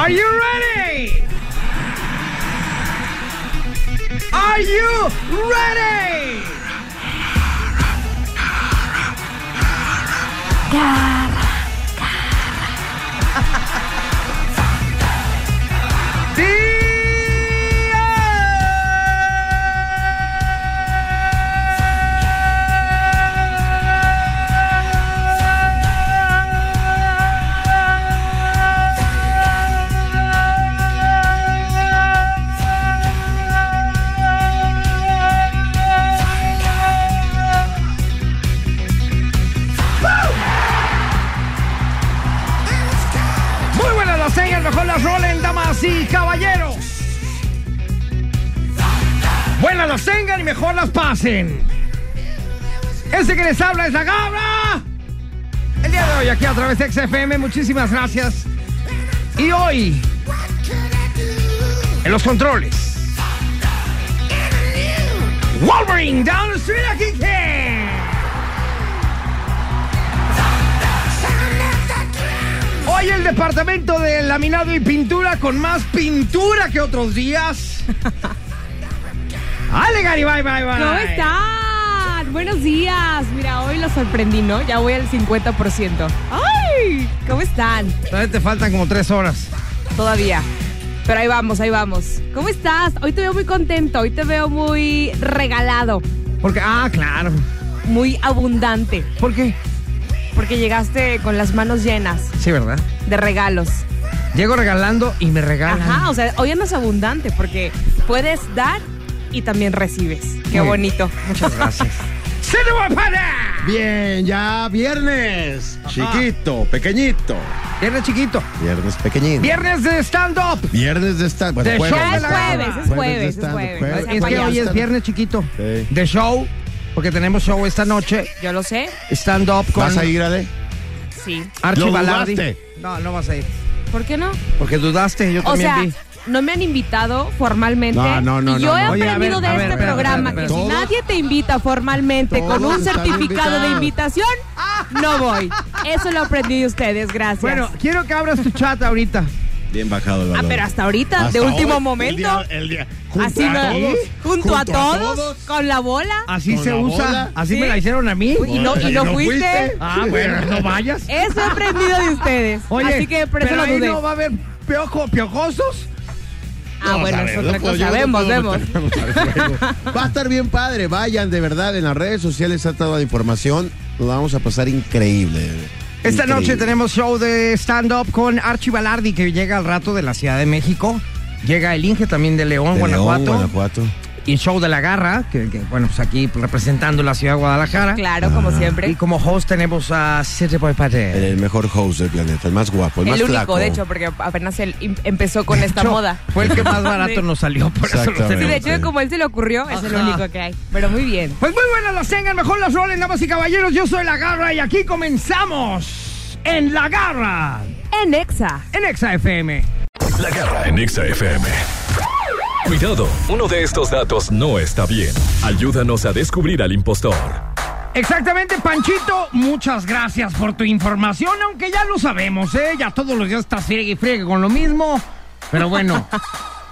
Are you ready? Are you ready? Muy buenas las señas, mejor las rolen, damas y caballeros. Buenas las tengan y mejor las pasen. Ese Este que les habla es la Gabra. El día de hoy aquí a través de XFM, muchísimas gracias. Y hoy, en los controles, Wolverine Down the Street aquí. Hoy el departamento de laminado y pintura con más pintura que otros días. Ale Gary, bye, bye, bye. ¿Cómo están? Buenos días. Mira, hoy los sorprendí, ¿no? Ya voy al 50%. ¡Ay! ¿Cómo están? Todavía te faltan como tres horas. Todavía. Pero ahí vamos, ahí vamos. ¿Cómo estás? Hoy te veo muy contento, hoy te veo muy regalado, Porque, ah, claro. muy abundante, ¿Por qué? porque llegaste con las manos llenas Sí, ¿verdad? de regalos. Llego regalando y me regalan. Ajá, o sea, hoy andas abundante porque puedes dar y también recibes. Qué Muy bonito. Muchas gracias. ¡Se te va para! Bien, ya viernes. Chiquito, pequeñito. Viernes chiquito. Viernes pequeñito. Viernes de stand-up. Viernes de esta. Bueno, De show. Ya es Hola. jueves, es de jueves, es stand-up, jueves. jueves. no sean Es que hoy es payasos. viernes chiquito. Sí. De show. Porque tenemos show esta noche. Yo lo sé, Stand-up con ¿Vas a ir, Ale? sí. Archie ¿Lo Balardi. dudaste? No, no vas a ir. ¿Por qué no? Porque dudaste, yo O también sea, vi. no me han invitado formalmente. No, no, no, y yo no, he no. Oye, a aprendido ver, a de ver, este espera, programa espera, que espera. si Todos- nadie te invita formalmente con todos un están certificado de invitados. invitación, no voy. Eso lo aprendí de ustedes, gracias. Bueno, quiero que abras tu chat ahorita. Bien bajado el ah, valor. pero hasta ahorita, de hoy, último el momento. día- el día- Así junto a no- Ah, todos, junto, a, todos, con la bola. Así Con se la usa. bola. Así Sí. me la hicieron a mí. Uy, y no, y no fuiste. Ah, bueno, no vayas. Eso he aprendido de ustedes. Oye, Así que por eso pero lo ahí dudé. no va a haber piojo, piojosos. ah, Vamos bueno, a es ver, otra no puedo- cosa. yo no Vemos, puedo vemos. meterme al juego. Va a estar bien padre. Vayan, de verdad, en las redes sociales ha toda la información. Lo vamos a pasar increíble. Esta Increíble. noche tenemos show de stand-up con Archie Balardi, que llega al rato de la Ciudad de México. Llega el Inge también de León, De Guanajuato. León, Guanajuato. Y show de la Garra, que, que, bueno, pues aquí representando la ciudad de Guadalajara. Claro, Ah, como Y siempre. como host tenemos a Siete Boy Pate. El mejor host del planeta, el más guapo, el, más El único, flaco. de hecho, porque apenas él im- empezó con esta moda. Fue el que más barato Sí. nos salió, por eso lo Exactamente. Sí, tenemos. de hecho, Sí. como él se le ocurrió, es el Ajá. único que hay. Pero muy bien. Pues muy buenas las tengan, mejor las rolen, damas y caballeros. Yo soy La Garra y aquí comenzamos en La Garra, En Exa. en Exa FM. La Garra en Nexa FM. Cuidado, uno de estos datos no está bien. Ayúdanos a descubrir al impostor. Exactamente, Panchito, muchas gracias por tu información, aunque ya lo sabemos, ¿eh? Ya todos los días estás friegue y friegue con lo mismo. Pero bueno,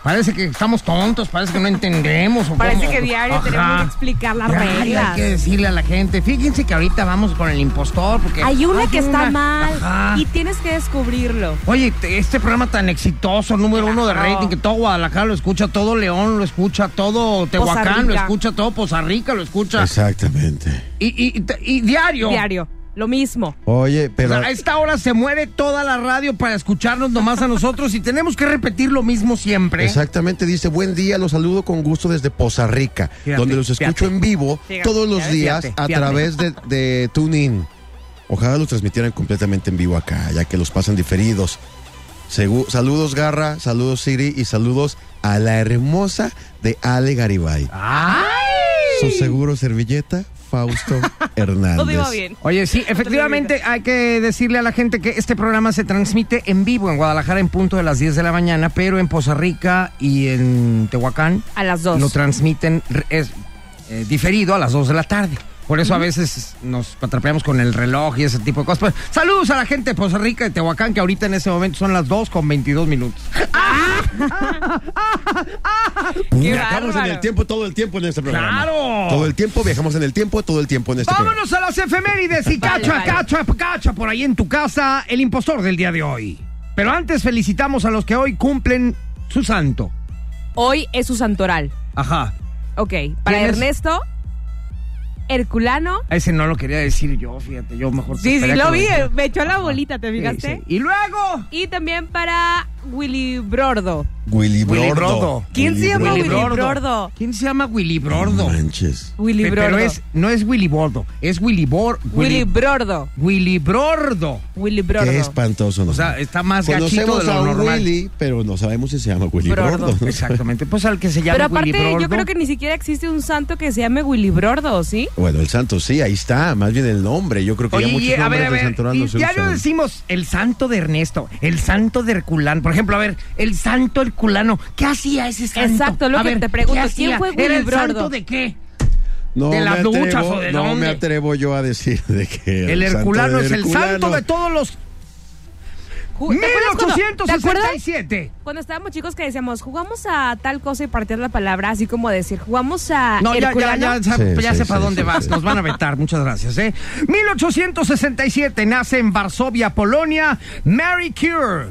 Parece que estamos tontos, parece que no entendemos. o Parece cómo- que diario Ajá. tenemos que explicar las Ay, reglas. Hay que decirle a la gente. Fíjense que ahorita vamos con el impostor porque Hay una Ay, que está una- mal Ajá. y tienes que descubrirlo. Oye, te- este programa tan exitoso, número uno de Claro. rating, que todo Guadalajara lo escucha, todo León lo escucha, todo Tehuacán lo Rica. escucha, todo Poza Rica lo escucha. Exactamente. Y, y- y diario. Diario, lo mismo. Oye, O pero. sea, a esta hora se muere toda la radio para escucharnos nomás a nosotros y tenemos que repetir lo mismo siempre. Exactamente, dice, buen día, los saludo con gusto desde Poza Rica, Fíjate, donde los escucho fíjate. en vivo Fíjate, todos los fíjate, días fíjate, a fíjate. través de, de TuneIn. Ojalá los transmitieran completamente en vivo acá, ya que los pasan diferidos. Segu- saludos Garra, saludos Siri y saludos a la hermosa de Ale Garibay. Su seguro servilleta, Fausto Hernández. Todo iba bien. Oye, sí, efectivamente hay que decirle a la gente que este programa se transmite en vivo en Guadalajara en punto de las 10 de la mañana, pero en Poza Rica y en Tehuacán A las lo dos. transmiten re- es, eh, diferido a las 2 de la tarde. Por eso a veces nos patrapeamos con el reloj y ese tipo de cosas. Pero saludos a la gente de Poza Rica y Tehuacán, que ahorita en ese momento son las 2 con 22 minutos. Qué Viajamos en el bárbaro. tiempo, todo el tiempo en este programa. ¡Claro! Todo el tiempo, viajamos en el tiempo, todo el tiempo en este programa. Vámonos a las efemérides y Vale, cacha, vale. cacha, cacha por ahí en tu casa el impostor del día de hoy. Pero antes felicitamos a los que hoy cumplen su santo. Hoy es su santoral. Ajá. Ok, para ¿Quién es? Ernesto, Herculano. Ese no lo quería decir yo, fíjate, yo mejor. Sí, sí, prefería lo Pues que vi. eh, dijera. Me echó la bolita, ¿te Sí, fijaste? sí. Y luego. Y también para Willy Brordo. Willy Willy Brodo. Brodo. ¿Quién se llama Willy Brordo. Brordo. ¿Quién se llama Willy No Brordo? manches. Willy Pe- Brordo. Pero es, no es Willy Bordo, es Willy Bor. Willy Brordo. Willy Brordo. Willy Brordo. Qué espantoso. ¿no? O sea, está más gachito Conocemos de lo a un normal. Willy, pero no sabemos si se llama Willy Brordo. Gordo. Exactamente. Pues al que se llama Pero Willy aparte, Brordo. yo creo que ni siquiera existe un santo que se llame Willy Brordo, ¿sí? Bueno, el santo sí, ahí está, más bien el nombre. Yo creo que Oye, ya muchos y, a ver, a nombres de ver, santoral y no se diario usan. decimos el santo de Ernesto, el santo de Herculano. Por ejemplo, a ver, el santo Herculano, ¿qué hacía ese santo? Exacto, lo A que ver, te pregunto, ¿qué ¿quién hacía? fue Willy ¿Era el Brordo? santo de qué? No de me las atrevo- duchas o de No dónde. me atrevo yo a decir de que... El santo Herculano de es el santo Herculano. de todos los Ju- ¿te acuerdas cuando- ¿Te acuerdas? 1867. Cuando estábamos chicos que decíamos, jugamos a tal cosa y partías la palabra, así como decir, jugamos a No, ya, ya, Ah, Herculano. ya, ya, Sí, ya sí, sé sí, para dónde sí, vas, sí. nos van a vetar, muchas gracias. ¿eh? 1867 nace en Varsovia, Polonia, Mary Cure,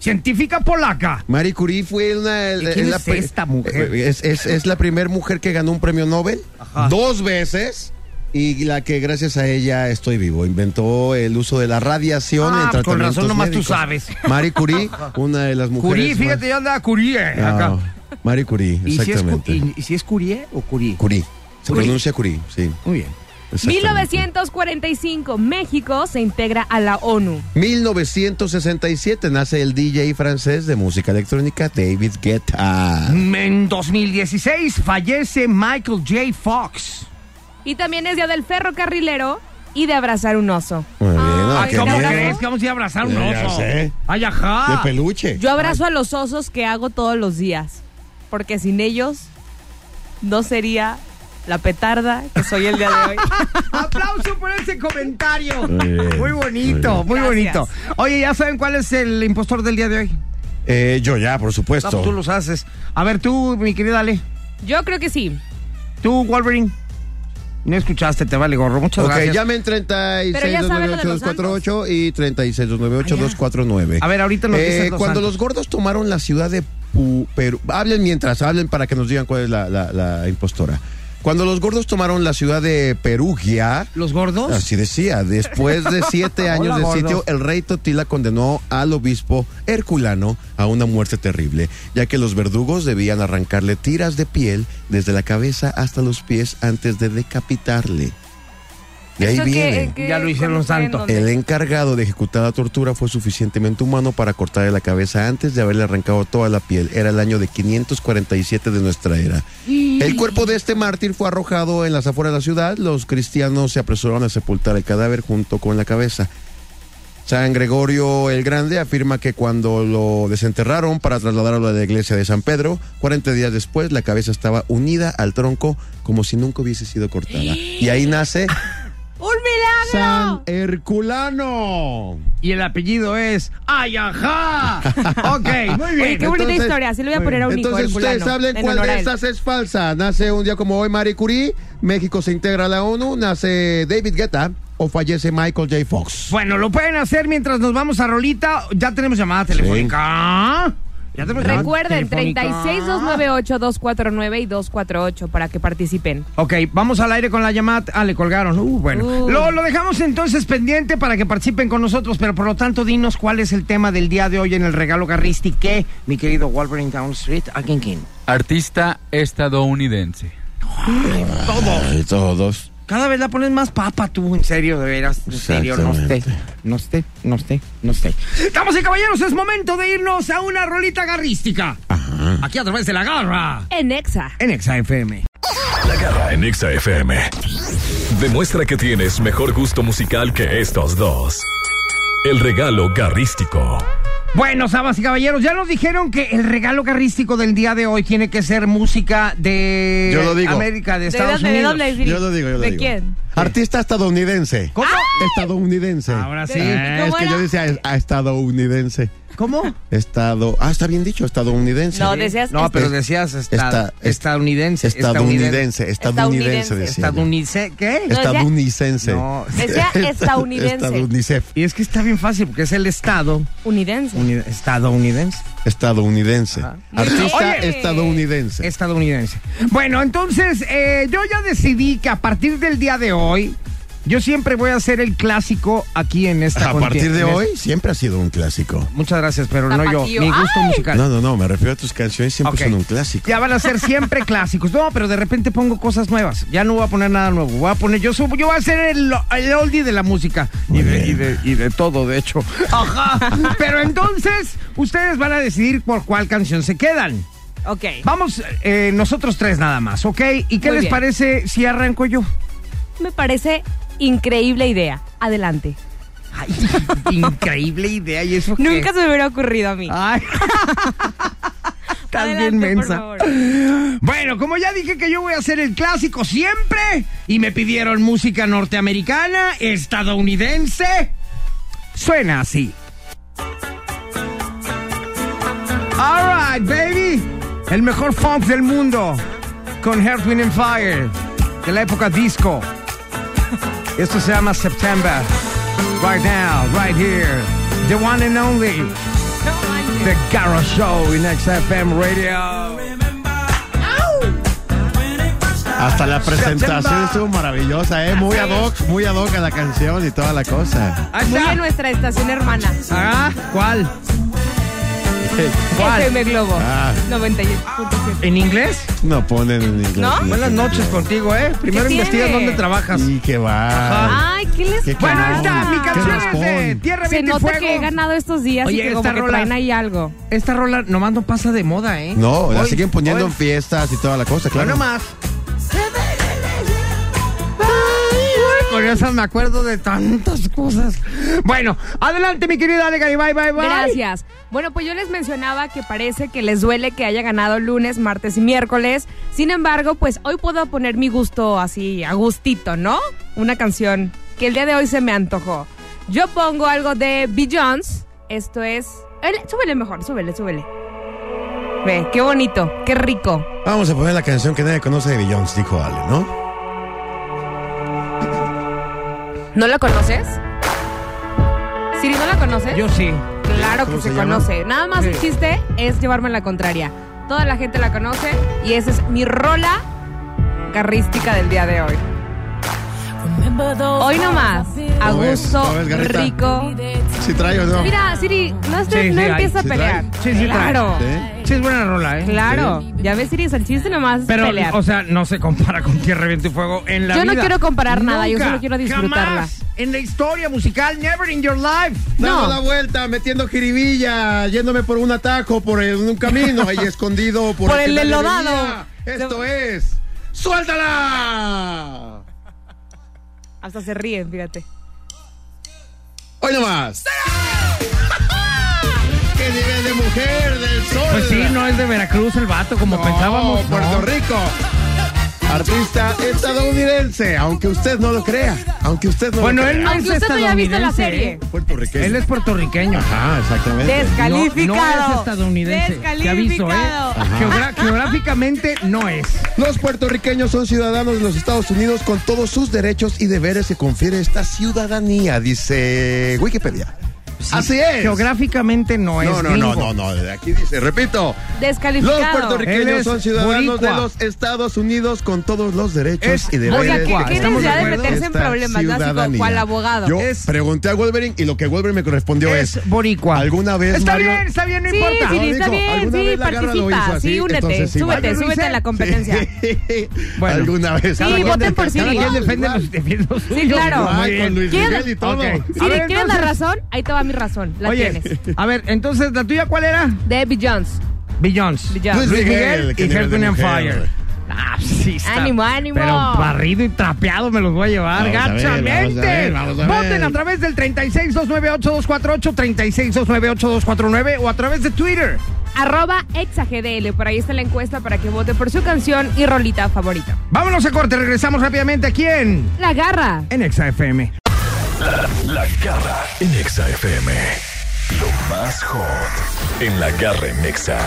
científica polaca. Marie Curie fue una... ¿Y quién la es pri- esta mujer? eh, Es, es- es la primera mujer que ganó un premio Nobel Ajá. dos veces. Y la que gracias a ella estoy vivo. Inventó el uso de la radiación Ah, en pues con tratamientos razón nomás tú médicos. sabes. Marie Curie, una de las mujeres Curie, fíjate, más- ya andaba Curie eh, acá. No, Marie Curie, ¿Y si, es, cu- exactamente. y- y si es Curie o Curie? Curie. Se Curie. pronuncia Curie, sí. Muy bien. exactamente. 1945, México se integra a la ONU. 1967 nace el DJ francés de música electrónica David Guetta. En 2016 fallece Michael J. Fox. Y también es día del ferrocarrilero y de abrazar un oso. Muy bien, ah, Ay, qué ¿Cómo bien. crees que vamos a ir a abrazar un Ya oso? sé. Ay, ajá. De peluche. Yo abrazo a los osos que hago todos los días, porque sin ellos no sería la petarda que soy el día de hoy. Aplauso por ese comentario. Muy bien, Muy bonito, muy, muy bien. bonito. Oye, ¿ya saben cuál es el impostor del día de hoy? Eh, yo ya, No, por pues tú supuesto. los haces. A ver, tú, mi querida Ale. Yo creo que sí. Tú, Wolverine. No escuchaste, te vale gorro. Muchas Ok, gracias. llamen Pero ya saben lo de los 36298248 y 36298249. A ver, ahorita nos dices los Eh, Cuando santos. los gordos tomaron la ciudad de Pu- Perú. Hablen mientras, hablen para que nos digan cuál es la, la- la impostora. Cuando los gordos tomaron la ciudad de Perugia. ¿Los gordos? Así decía, después de siete años Hola, de gordos. sitio, el rey Totila condenó al obispo Herculano a una muerte terrible, ya que los verdugos debían arrancarle tiras de piel desde la cabeza hasta los pies antes de decapitarle. De ahí Eso que- viene. que- Ya lo hicieron cuando fue en santo. donde- El encargado de ejecutar la tortura fue suficientemente humano para cortarle la cabeza antes de haberle arrancado toda la piel. Era el año de 547 de nuestra era. El cuerpo de este mártir fue arrojado en las afueras de la ciudad. Los cristianos se apresuraron a sepultar el cadáver junto con la cabeza. San Gregorio el Grande afirma que cuando lo desenterraron para trasladarlo a la iglesia de San Pedro, 40 días después la cabeza estaba unida al tronco como si nunca hubiese sido cortada. Y ahí nace ¡Un milagro! San Herculano. Y el apellido es Ayajá. ok, muy bien. Oye, qué bonita Entonces- historia. Así le voy a poner a un Entonces ustedes hablen cuál de estas es falsa. Nace un día como hoy Marie Curie, México se integra a la ONU, nace David Guetta o fallece Michael J. Fox. Bueno, lo pueden hacer mientras nos vamos a Rolita. Ya tenemos llamada telefónica. Ya tenemos llamada Recuerden, Ah, telefónica. 36298249 y 248 para que participen. Ok, vamos al aire con la llamada. Ah, le colgaron. Uh, bueno. Uh. Lo, lo dejamos entonces pendiente para que participen con nosotros, pero por lo tanto, dinos cuál es el tema del día de hoy en el regalo Garristi que, mi querido Wolverine Down Street, ¿a quién quién? Artista estadounidense. Todo. Ay, todos. Cada vez la pones más papa tú, en serio, de veras. En serio, no sé. Exactamente. No sé, no sé, no sé. Damas y caballeros, es momento de irnos a una rolita garrística. Aquí a través de la garra. En Exa. En Exa FM. La garra en Exa FM. Demuestra que tienes mejor gusto musical que estos dos. El regalo garrístico. Bueno, damas y caballeros, ya nos dijeron que el regalo carrístico del día de hoy tiene que ser música de Yo lo digo. América, de De Estados doble, de Unidos. doble, Siri. Yo lo digo, yo lo ¿De digo. quién? Artista estadounidense. Ah. ¿Cómo? Estadounidense. Ahora sí. De- Eh, es ¿Cómo que era? yo decía es- a estadounidense. ¿Cómo? Estado. Ah, está bien dicho, estadounidense. No, decías No, pero este- decías esta- esta- estadounidense. Estadounidense. Estadounidense. Estadounidense. decía. Estadounidense. ¿Qué? decía- Estadounidense. No. Decía estadounidense. Estadounidense. Y es que está bien fácil porque es el Estado Unidense. uni- estadounidense. Estadounidense. Artista Oye. estadounidense. estadounidense. Bueno, entonces eh, yo ya decidí que a partir del día de hoy, yo siempre voy a hacer el clásico aquí en esta A partir conti- de en hoy siempre ha sido un clásico. es- Muchas gracias, pero no yo. Tapatío. Mi gusto ¡Ay! musical. No, no, no, me refiero a tus canciones siempre Ok. son un clásico. Ya van a ser siempre clásicos. No, pero de repente pongo cosas nuevas. Ya no voy a poner nada nuevo. Voy a poner, yo subo, yo voy a hacer el, el oldie de la música. Y Muy de, bien. y de- y de todo, de hecho. Ajá. Pero entonces, ustedes van a decidir por cuál canción se quedan. Ok. Vamos, eh, nosotros tres nada más, ¿ok? ¿Y qué Muy les bien. parece si arranco yo? Me parece increíble idea. Adelante. Ay, increíble idea y eso Nunca se me hubiera ocurrido a mí. Ah. Ay. Estás bien Adelante, por mensa. favor. Bueno, como ya dije que yo voy a hacer el clásico siempre y me pidieron música norteamericana, estadounidense, suena así. All right, baby. El mejor funk del mundo con Earth, Wind and Fire de la época disco. Esto se llama September. Right now, right here. The one and only. No manches. The Garage Show en XFM Radio. Hasta la presentación September. estuvo maravillosa, ¿eh? Muy ad hoc, muy ad hoc a la canción y toda la cosa. Ahí Muy está. de nuestra estación hermana. Ah, ¿Cuál? ¿Cuál? FM Globo. Ah. 98.7. ¿En inglés? No ponen en inglés. ¿No? Buenas noches contigo, ¿eh? Primero ¿Qué investigas tiene? dónde trabajas. Y que va. Ay, ¿qué les Qué Bueno, ahí está, pasa? mi canción Qué es de raspón. Tierra, Se Viento y nota Fuego. que he ganado estos días Oye, y que esta como que rola- traen ahí algo. Esta rola nomás no pasa de moda, ¿eh? No, la Hoy- siguen poniendo hoy- en fiestas y toda la cosa, Hoy claro. nomás. Ay, Con esas me acuerdo de tantas cosas. Bueno, adelante, mi querida Alega, y bye, bye, bye. Gracias. Bueno, pues yo les mencionaba que parece que les duele que haya ganado lunes, martes y miércoles. Sin embargo, pues hoy puedo poner mi gusto así, a gustito, ¿no? Una canción que el día de hoy se me antojó. Yo pongo algo de Jones. Esto es... Ele- Súbele mejor, súbele, súbele. Ve, qué bonito, qué rico. Vamos a poner la canción que nadie conoce de Beyoncé, dijo Ale, ¿no? ¿No la conoces? Siri, ¿no la conoces? Yo sí. Claro que ¿Cómo se, se llama? conoce. Nada más el Sí. chiste es llevarme la contraria. Toda la gente la conoce y esa es mi rola carrística del día de hoy. Hoy nomás, a ¿Lo ves? gusto, ¿Lo ves, Garrita? rico. Sí trae o no. Mira, Siri, no, estés- Sí, sí, no hay. empieza ¿Sí a trae? pelear. Sí, sí, trae. claro, ¿Sí? Sí, es buena rola, ¿eh? claro. Ya ves, Siri, es el chiste nomás es Pero, pelear. o sea, no se compara con Tierra, Viento y Fuego en la Yo no vida. quiero comparar nada, yo solo quiero disfrutarla. jamás en la historia musical, never in your life. Dando No. la vuelta, metiendo jiribilla, yéndome por un atajo, por el- un camino ahí escondido. Por, Por el final de enlodado. vida. Esto es. ¡Suéltala! Hasta se ríen, fíjate. Hoy nomás. ¡Qué nivel de mujer del sol! Pues sí, no es de Veracruz el vato, como No, pensábamos. Puerto no. Rico. Artista estadounidense, aunque usted no lo crea, aunque usted no Bueno, lo él crea. no Aunque es usted no haya visto la estadounidense, serie. ¿eh? puertorriqueño. Él es puertorriqueño. Ajá, exactamente. No, Descalificado. no es estadounidense. Te aviso, ¿eh? Descalificado. Geogra- geográficamente no es. Los puertorriqueños son ciudadanos de los Estados Unidos con todos sus derechos y deberes se confiere esta ciudadanía, dice Wikipedia. Así es. Geográficamente no es. no, no, gringo. no, no, no, aquí dice, repito. Los Descalificado. Él puertorriqueños es son ciudadanos boricua. de los Estados Unidos con todos los derechos Es o sea, y deberes. ¿qué, Boricua, qué ¿estamos necesidad de de acuerdo? meterse en Esta problemas? ¿no? Así como ciudadanía. cual abogado. Yo Es- pregunté a Wolverine y lo que Wolverine me correspondió es, Es boricua. ¿Alguna vez, Está Mario? bien, está bien, no sí, importa. sí, No, está digo, bien, alguna sí, vez la garra lo hizo participa, así, sí, únete, entonces sí, súbete, vale. súbete a la competencia. Bueno. bueno, alguna vez. Sí, Cada quien voten por defiende- Siri. cada ¿Quién quien defiende defiende los, defiende los suyos? claro. Ay, Muy bien. con Luis ¿Quieren? Miguel y todo. Ok. Si A ver, quieres la entonces- razón, ahí te va mi razón. La Oye, tienes. a ver, entonces, ¿la tuya cuál era? Debbie Jones. Billions. Billions. Luis Luis Miguel, Miguel qué y nivel Herculean de and mujer, Fire. güey. Ah, sí, está. Ánimo, ánimo. Pero barrido y trapeado me los voy a llevar Vamos a ver, vamos a gachamente. ver, vamos a ver. Voten a través del 362982248, 362982249 o a través de Twitter. Arroba exagdl. Por ahí está la encuesta para que vote por su canción y rolita favorita. Vámonos a corte, regresamos rápidamente aquí en La garra. en Exa FM. La garra en Exa FM. Lo más hot en la garra en Exa.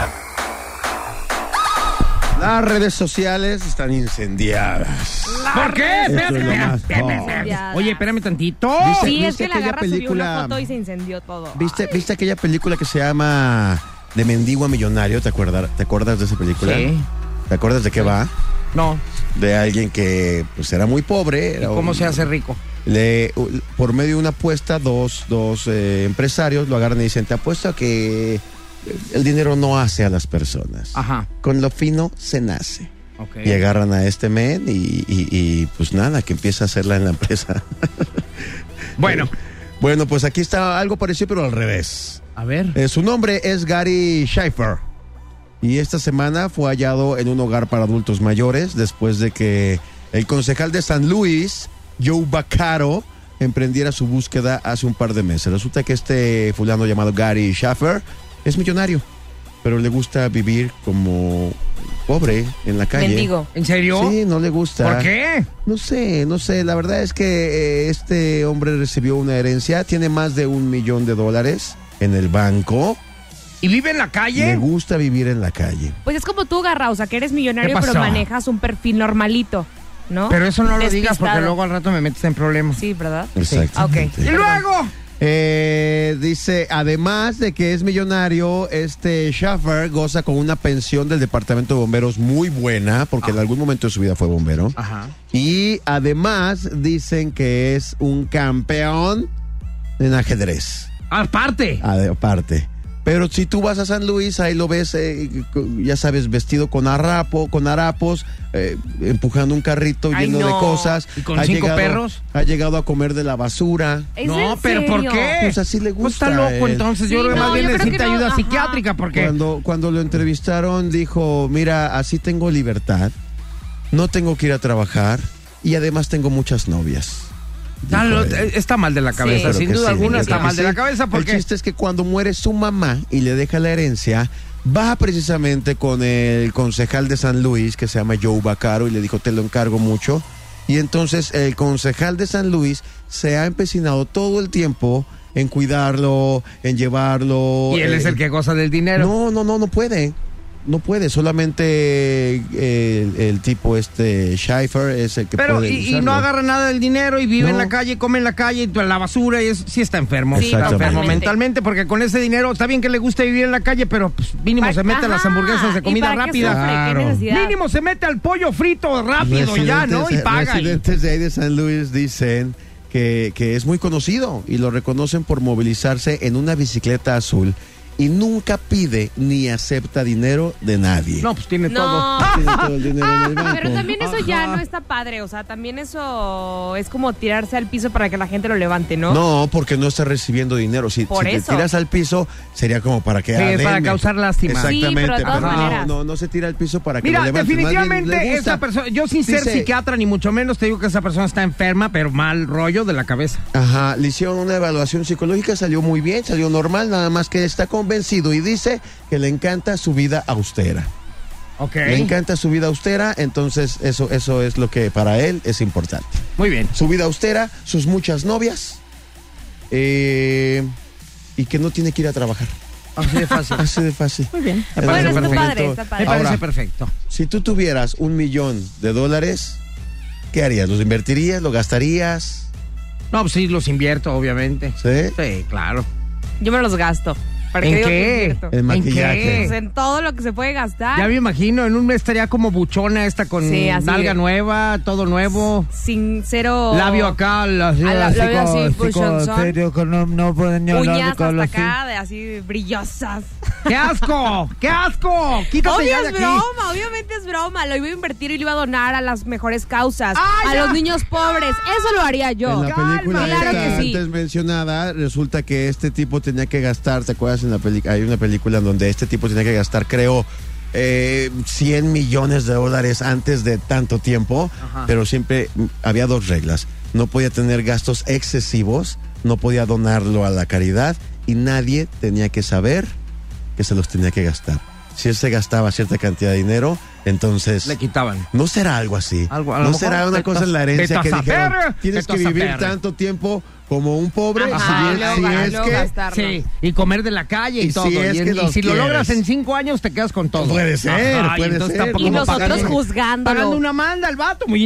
Las redes sociales están incendiadas. ¿Por qué? Esto es Espérate, lo espérate, más espérate, hot. espérate. Oye, espérame tantito. Dice- Sí, es ¿viste que la aquella garra subió una película? foto y se incendió todo. ¿Viste, ¿Viste aquella película que se llama De Mendigo a Millonario? ¿Te, acuerdas ¿Te acuerdas de esa película? Sí. ¿Te acuerdas de qué va? No, De alguien que pues era muy pobre. era ¿cómo un- se hace rico? le- u- por medio de una apuesta, dos, dos eh, empresarios lo agarran y dicen, te apuesto a que el dinero no hace a las personas. Ajá. Con lo fino se nace. Ok. Y agarran a este men y, y- y, pues nada, que empieza a hacerla en la empresa. Bueno, bueno, pues aquí está algo parecido, pero al revés. a ver. Eh, su nombre es Gary Schaefer. Y esta semana fue hallado en un hogar para adultos mayores después de que el concejal de San Luis, Joe Baccaro, emprendiera su búsqueda hace un par de meses. Resulta que este fulano llamado Gary Schaefer es millonario, pero le gusta vivir como pobre en la calle. Mendigo. ¿En serio? Sí, no le gusta. ¿Por qué? No sé, no sé. La verdad es que eh, este hombre recibió una herencia. Tiene más de un millón de dólares en el banco. ¿Y vive en la Me calle? gusta vivir en la calle. Pues es como tú, Garra, o sea, que eres millonario, ¿Qué pero pasó? manejas un perfil normalito, ¿no? Pero eso no lo digas porque Despistado. luego al rato me metes en problemas. Sí, ¿verdad? Exactamente. Y luego, Eh, dice, además de que es millonario, este Schaffer goza con una pensión del Departamento de Bomberos muy buena, porque en algún momento de su vida fue bombero. Ajá. Y además dicen que es un campeón en ajedrez, aparte. ade- aparte. Pero si tú vas a San Luis, ahí lo ves, eh, cu- ya sabes, vestido con harapo, con harapos, eh, empujando un carrito Ay, lleno de no. cosas. ¿Y con Ha cinco llegado- perros? Ha llegado a comer de la basura. ¿Es no, en pero ¿por serio? qué? Pues así le Pues está gusta a loco, él. entonces yo Sí, creo que no, más bien yo creo que necesita no, ayuda ajá. psiquiátrica porque Cuando, cuando lo entrevistaron dijo, mira, así tengo libertad, no tengo que ir a trabajar y además tengo muchas novias. está, Dijo lo- él. está mal de la cabeza, Pero Sí. sin que duda sí, alguna yo está creo que mal de sí. la cabeza El porque chiste es que cuando muere su mamá y le deja la herencia, va precisamente con el concejal de San Luis, que se llama Joe Bacaro, y le dijo, te lo encargo mucho. Y entonces el concejal de San Luis se ha empecinado todo el tiempo en cuidarlo, en llevarlo. y él es eh, el que goza del dinero. no, no, no, no puede. No puede, solamente eh, el, el tipo este Schaefer es el que pero puede. y- y, usarlo. no agarra nada del dinero y vive en No. la calle, come en la calle y en la basura y es, sí está enfermo. Sí, está enfermo totalmente. mentalmente porque con ese dinero está bien que le guste vivir en la calle, pero pues, mínimo Pa- se mete a las Ajá, hamburguesas de ¿y comida para qué rápida. sufre? ¿Qué Claro. necesidad? Mínimo se mete al pollo frito rápido ya, ¿no? Y Residentes- paga. y- Residentes de ahí de San Luis dicen que, que es muy conocido y lo reconocen por movilizarse en una bicicleta azul y nunca pide ni acepta dinero de nadie. No, pues tiene No. todo. Tiene todo el dinero en el banco. Ah, Pero también eso ya no está padre, o sea, también eso es como tirarse al piso para que la gente lo levante, ¿no? No, porque no está recibiendo dinero. Si, Por si te eso. tiras al piso, sería como para que. Sí, ah, es para denme. causar lástima. Sí, pero de Exactamente. todas no, maneras. No, no se tira al piso para que Mira, lo levanten. Más bien, definitivamente le esa gusta. persona, yo sin ser Dice- psiquiatra ni mucho menos te digo que esa persona está enferma, pero mal rollo de la cabeza. Ajá, le hicieron una evaluación psicológica, salió muy bien, salió normal, nada más que está convencido y dice que le encanta su vida austera. Ok. Le encanta su vida austera, entonces eso, eso es lo que para él es importante. Muy bien. Su vida austera, sus muchas novias eh, y que no tiene que ir a trabajar. Así de fácil. Así de fácil. Muy bien. Me En Bueno, parece algún está perfecto. padre, está Me padre. parece Ahora. perfecto. Si tú tuvieras un millón de dólares, ¿qué harías? ¿Los invertirías? ¿Lo gastarías? No, pues sí, los invierto, obviamente. ¿Sí? Sí, claro. Yo me los gasto. ¿Para ¿En digo que qué? invierto? El ¿En maquillaje. Pues qué? en todo lo que se puede gastar. Ya me imagino, en un mes estaría como buchona esta con Sí, así nalga de- nueva, todo nuevo. Sin cero. Labio acá, las A Ah, la- labio así, buchonzón. con- no, no pueden ni hablar de Uñas hasta color, sí. acá, de así brillosas. ¡Qué asco! ¡Qué asco! ¡Quítate Obvio ya de es aquí! broma, obviamente es broma. Lo iba a invertir y lo iba a donar a las mejores causas, ¡Ah, a ya! los niños pobres. Eso lo haría yo. En la película Claro esta que sí. antes mencionada, resulta que este tipo tenía que gastar, ¿te acuerdas? En la peli- hay una película en donde este tipo tenía que gastar, creo, eh, 100 millones de dólares antes de tanto tiempo, Ajá. pero siempre mm, había dos reglas. No podía tener gastos excesivos, no podía donarlo a la caridad y nadie tenía que saber que se los tenía que gastar. Si él se gastaba cierta cantidad de dinero, entonces... Le quitaban. No será algo así. Algo- a lo no mejor será una vete cosa a- en la vete herencia a que saber, dijeron. Tienes vete a que vivir saber". tanto tiempo como un pobre. Ajá, si luego es, si va- es luego que. gastarlo. Sí, y comer de la calle y, Y si todo. es y en- que y los si lo quieres. Pues logras en cinco años, te quedas con todo. Puede ser, Ajá, y puede entonces ser. tampoco Y como no nosotros pagando- juzgándolo. Pagando una manda al vato, muy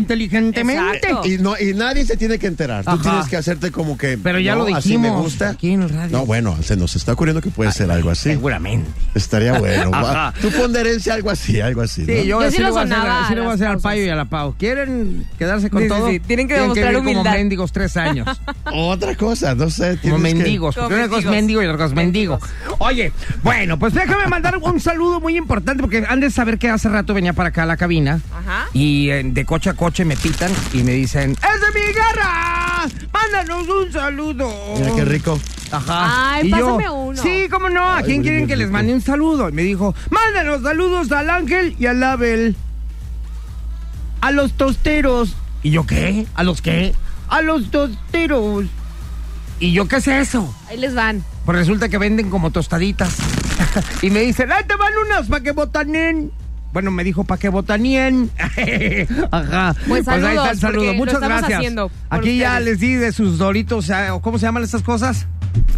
inteligentemente. Exacto. Y, no, y nadie se tiene que enterar. Tú Ajá. tienes que hacerte como que. Pero ya no, lo Así me dijimos gusta. aquí en el radio. No, bueno, se nos está ocurriendo que puede ser algo así. Seguramente. Estaría bueno. Ajá. Va, Tú pon de herencia algo así, algo así. ¿no? Yo sí lo le voy a hacer- sonaba sí le voy a las hacer al cosas. payo y a la pau. ¿Quieren quedarse con Sí, sí, todo? sí, tienen que demostrar vivir humildad. Como mendigos tres años. Otra cosa, no sé. como tienes que- mendigos. Como porque una cosa es mendigos. mendigo y otra cosa es mendigo. Oye, bueno, pues déjame mandar un saludo muy importante porque han de saber que hace rato venía para acá a la cabina. Ajá. Y eh, de coche a coche me pitan y me dicen: ¡Es de mi garra! ¡Mándanos un saludo! Mira qué rico. Ajá. Ay, Y pásame yo, uno. Sí, cómo no. ¿A Ay, quién huele quieren muy que les rico. mande un saludo? Y me dijo, mándanos saludos al Ángel y al Abel. A los tosteros. ¿Y yo qué? ¿A los qué? A los tosteros. ¿Y yo qué es eso? Ahí les van. Pues resulta que venden como tostaditas. y me dicen, ¡ay, te van unas para que botanen! Bueno, me dijo, para que botanien. Ajá. Pues ahí saludos, está el saludo. porque lo Muchas estamos gracias. haciendo por Aquí ya ustedes. les di de sus doritos, eh, o ¿cómo se llaman estas cosas?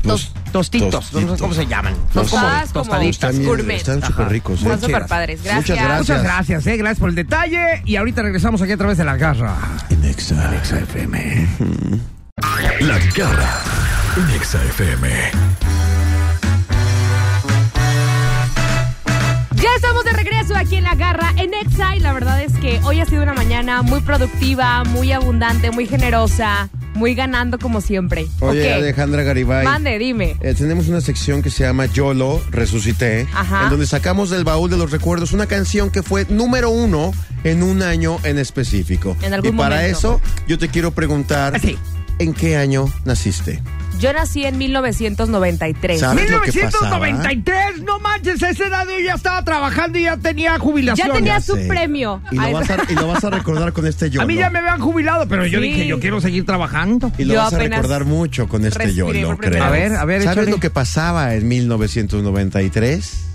Los Tostitos, no sé tostitos. cómo se llaman. Son como Tostadas como- tostaditas. Están bien- Gourmet. Están súper ricos. Son ¿eh? súper padres. Gracias. Muchas gracias. Pues Muchas gracias, eh, gracias por el detalle. Y ahorita regresamos aquí a través de la garra. En Exa. XFM. La garra en Exa FM. Ya estamos de regreso aquí en La Garra, en Exa, y la verdad es que hoy ha sido una mañana muy productiva, muy abundante, muy generosa, muy ganando como siempre. Oye, Ok. Alejandra Garibay. Mande, dime. Eh, tenemos una sección que se llama YOLO Resucité, Ajá. en donde sacamos del baúl de los recuerdos una canción que fue número uno en un año en específico. En algún y para momento. Ah, eso yo te quiero preguntar, Así. ¿en qué año naciste? Yo nací en 1993. Sa- ¿Sabes lo que pasaba? ¿eh? 1993, no manches, ese edad yo ya estaba trabajando y ya tenía jubilación. Ya tenía Ya su sé. premio. Y lo, Ay, vas a, y lo vas a recordar con este YOLO. A mí ya me habían jubilado, pero yo Sí. dije, yo quiero seguir trabajando. Y lo Yo vas a apenas recordar mucho con este respiré por YOLO, creo. primera A ver, a ver, ¿Sabes échale. lo que pasaba en 1993?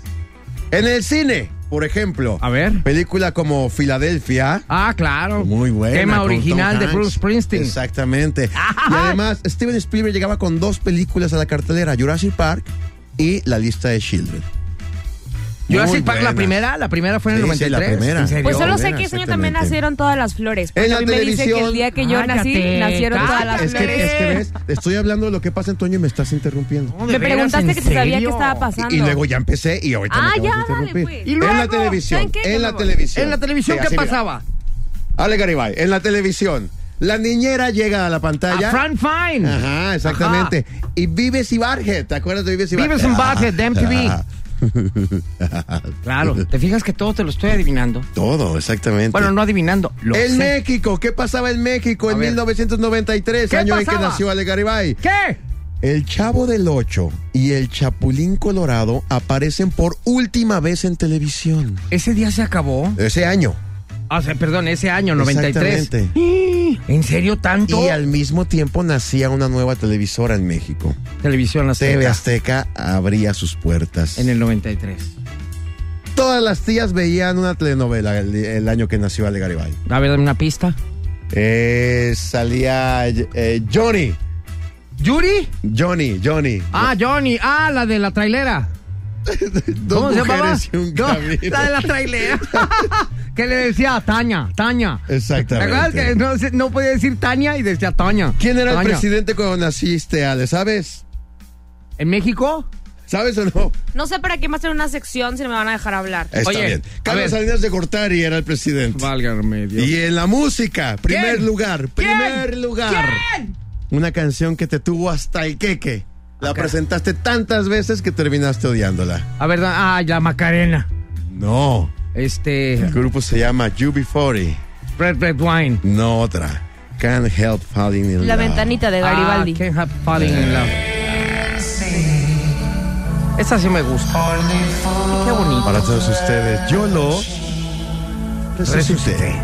En el cine, por ejemplo. A ver. Película como Filadelfia. Ah, claro. Muy buena. Tema con Tom original de Hanks. Bruce Springsteen. Exactamente. Y además, Steven Spielberg llegaba con dos películas a la cartelera, Jurassic Park y La lista de Children. Muy Jurassic Park, la buena. primera, la primera fue en el Sí, sí, la 93. primera. ¿En serio? Pues solo Dios, sé mira, que ese año también exactamente. nacieron todas las flores. Porque En la a mí me dice que televisión. el día que yo nací, Cállate, nacieron todas las Es que, flores. es que ves, estoy hablando de lo que pasa en Toño y me estás interrumpiendo. No, de Me veras, preguntaste ¿en que te sabía qué serio? estaba pasando. Y, y luego ya empecé y ahorita Ah, me acabas ya, de dale, interrumpir. pues. Y Y en la luego, ¿saben televisión, qué? Yo en me la voy. televisión. ¿En la televisión Sí, qué así, mira. pasaba? Ale Garibay, en la televisión. La niñera llega a la pantalla. A Frank Fine. Ajá, exactamente. Y Vives y Barget, ¿te acuerdas de Vives y Barget? Vives en Barget, de MTV. Ah, Claro. ¿Te fijas que todo te lo estoy adivinando? Todo, exactamente. Bueno, no adivinando. Lo en sé. México, ¿qué pasaba en México A en ver. 1993, ¿Qué año en que pasaba? nació Ale Garibay? ¿Qué? El Chavo del Ocho y el Chapulín Colorado aparecen por última vez en televisión. Ese día se acabó. Ese año. Ah, se- perdón, ese año, 93. Exactamente. ¡Ih! ¿En serio tanto? Y al mismo tiempo nacía una nueva televisora en México. Televisión Azteca. TV Azteca abría sus puertas. En el 93. todas las tías veían una telenovela el, el año que nació Ale Garibay. A ver, dame una pista. Eh, salía eh, Johnny. ¿Yuri? Johnny, Johnny. Ah, Johnny. Ah, la de la trailera. Eh, Dos ¿Cómo se llamaba? mujeres y un No, camino. la de la trailera. que le decía Tania, Tania. ¿Te acuerdas Exactamente. que no, se- no podía decir Tania y decía Tania? ¿Quién era el Tania. presidente cuando naciste, Ale? ¿Sabes? ¿En México? ¿Sabes o no? No sé para qué más hacer una sección si no me van a dejar hablar. Está Oye, bien. a Carlos ver. Salinas de Gortari era el presidente. Válgame Dios. Y en la música, primer ¿Quién? lugar, primer lugar. Una canción que te tuvo hasta el queque. La presentaste tantas veces que terminaste odiándola. A ver, da- ah, la Macarena. No. Este, El grupo se llama UB40. Red Red Wine. No otra. Can't help falling in La love. ventanita de Garibaldi. Ah, can't help falling in love. Esta sí me gusta. Qué bonito. Para todos ustedes, yo lo resucité.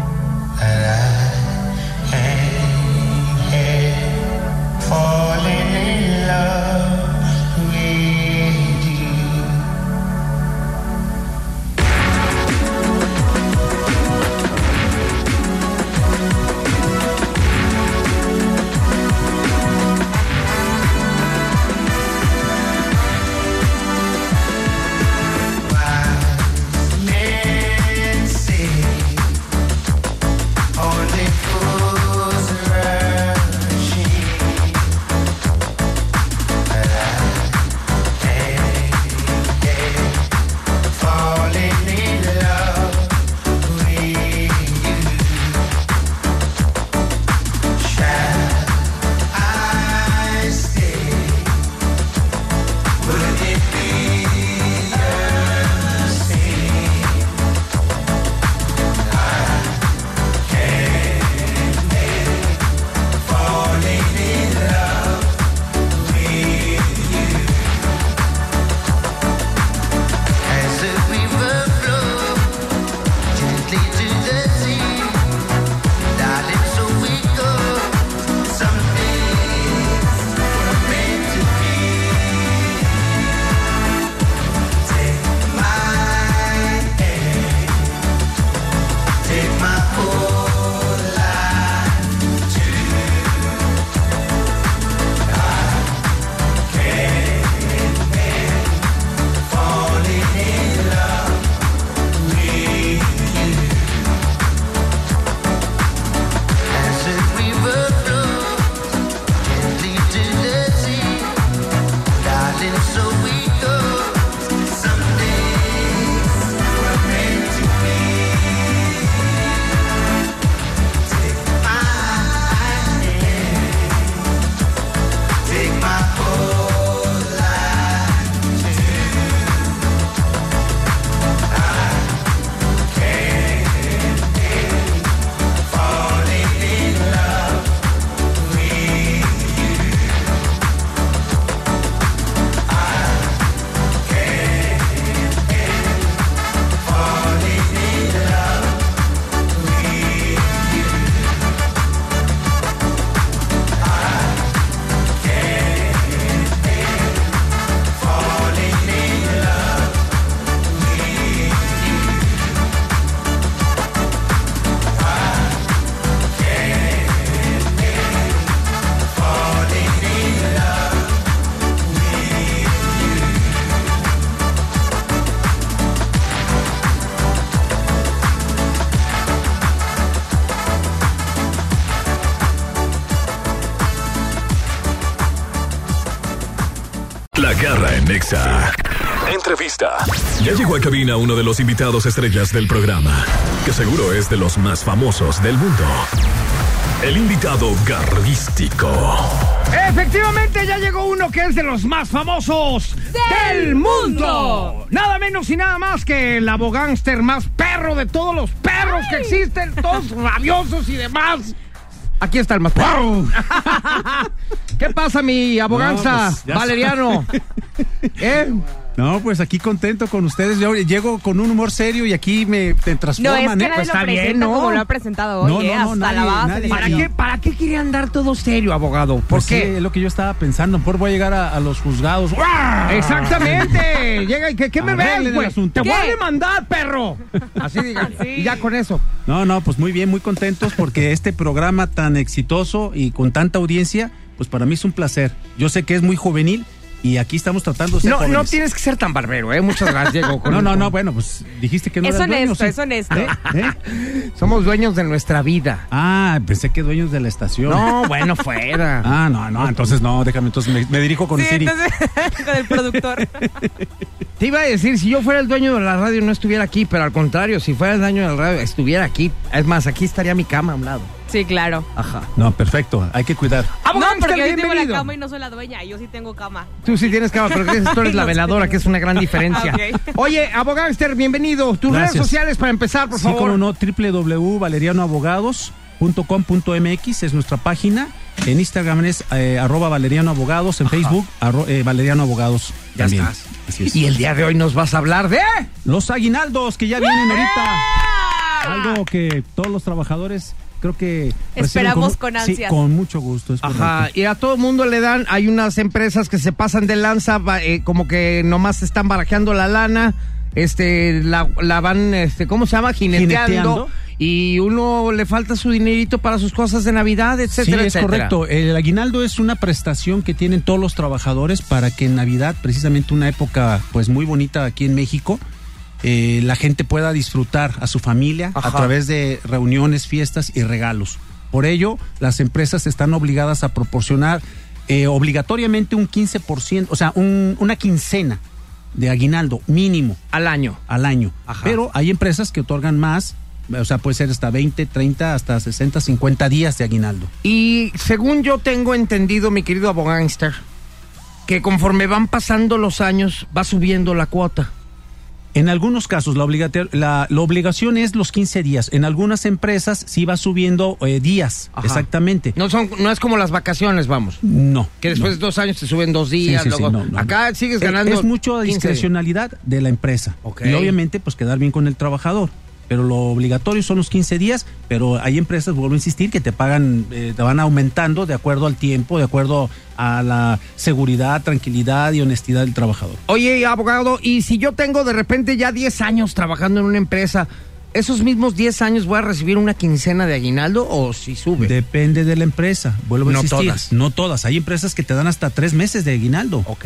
La garra en Nexa. Entrevista. Ya llegó a cabina uno de los invitados estrellas del programa, que seguro es de los más famosos del mundo. El invitado garrístico. Efectivamente, ya llegó uno que es de los más famosos del, ¡Del mundo. mundo! Nada menos y nada más que el abogánster más perro de todos los perros que existen, todos rabiosos y demás. Aquí está el más. ¿Qué pasa, mi aboganza, Valeriano? ¿Eh? pues, No, pues aquí contento con ustedes. Yo llego con un humor serio y aquí me te No, es que transforman, ¿eh? nadie Pues lo está presenta bien, ¿no? como lo ha presentado hoy, No, ¿eh? no, no, Hasta nadie, la base. nadie. ¿Para qué, ¿Para qué quiere andar todo serio, abogado? ¿Por Pues qué? sí, es lo que yo estaba pensando. Por voy a llegar a, a los juzgados. ¡Guau! Exactamente. Llega y que, ¿qué me Arreglen ves, el güey? asunto. Te voy a ¿Qué? demandar, perro. Así diga. Y ya con eso. No, no, pues muy bien, muy contentos porque este programa tan exitoso y con tanta audiencia, pues para mí es un placer. Yo sé que es muy juvenil y aquí estamos tratando de ser No, no jóvenes. tienes que ser tan barbero, ¿eh? Muchas gracias, Diego. con No, no, el- no, bueno, pues dijiste que no Es eras dueño, honesto, ¿sí? es honesto. ¿Eh? ¿Eh? Somos dueños de nuestra vida. Ah, pensé que dueños de la estación. No, bueno, fuera. Ah, no, no, entonces no, déjame, entonces me, me dirijo con Sí, Siri. entonces, con el productor. Te iba a decir, si yo fuera el dueño de la radio no estuviera aquí, pero al contrario, si fuera el dueño de la radio estuviera aquí. Es más, aquí estaría mi cama a un lado. Sí, claro. Ajá. No, perfecto, hay que cuidar. Abogado, no, Ah, porque Ángel, yo tengo la bienvenido. cama y no soy la dueña. Yo sí tengo cama. Tú sí tienes cama, pero crees que tú eres la veladora, que es una gran diferencia. Ok. Oye, abogado Esther, bienvenido. Tus redes Gracias. sociales para empezar, por sí, favor. como no, www.valerianoabogados.com.mx es nuestra página. En Instagram es eh, arroba valerianoabogados, en Facebook arro- eh, valerianoabogados. Ya también. estás. Así es. Y el día de hoy nos vas a hablar de... Los aguinaldos que ya vienen ahorita. Ah. Algo que todos los trabajadores creo que reciben Esperamos con sí, ansias. con mucho gusto. es Ajá, correcto. y a todo mundo le dan, hay unas empresas que se pasan de lanza, va- eh, como que nomás están barajeando la lana, este, la, la van, este, ¿cómo se llama? Jineteando, Jineteando. y uno le falta su dinerito para sus cosas de Navidad, etcétera, sí, es etcétera. correcto. El aguinaldo es una prestación que tienen todos los trabajadores para que en Navidad, precisamente una época pues muy bonita aquí en México, eh, la gente pueda disfrutar a su familia Ajá. a través de reuniones, fiestas y regalos. Por ello, las empresas están obligadas a proporcionar eh, obligatoriamente un 15%, o sea, un- una quincena de aguinaldo mínimo Al año. al año. Ajá. Pero hay empresas que otorgan más, o sea, puede ser hasta 20, 30, hasta 60, 50 días de aguinaldo. Y según yo tengo entendido, mi querido abogánster, que conforme van pasando los años, va subiendo la cuota. En algunos casos, la, obligate- la, la obligación es los 15 días. En algunas empresas sí va subiendo eh, días, Ajá. exactamente. No, son, no es como las vacaciones, vamos. No. Que después no. de dos años te suben dos Sí, días. sí, sí, luego- no, no, acá no. sigues Eh, ganando. Es mucho a 15 días. discrecionalidad de la empresa. Ok. Y obviamente, pues quedar bien con el trabajador. Pero lo obligatorio son los 15 días, pero hay empresas, vuelvo a insistir, que te pagan, eh, te van aumentando de acuerdo al tiempo, de acuerdo a la seguridad, tranquilidad y honestidad del trabajador. Oye, abogado, y si yo tengo de repente ya 10 años trabajando en una empresa, ¿esos mismos 10 años voy a recibir una quincena de aguinaldo o si sube? Depende de la empresa, vuelvo a No insistir. todas. No todas. Hay empresas que te dan hasta tres meses de aguinaldo. ok.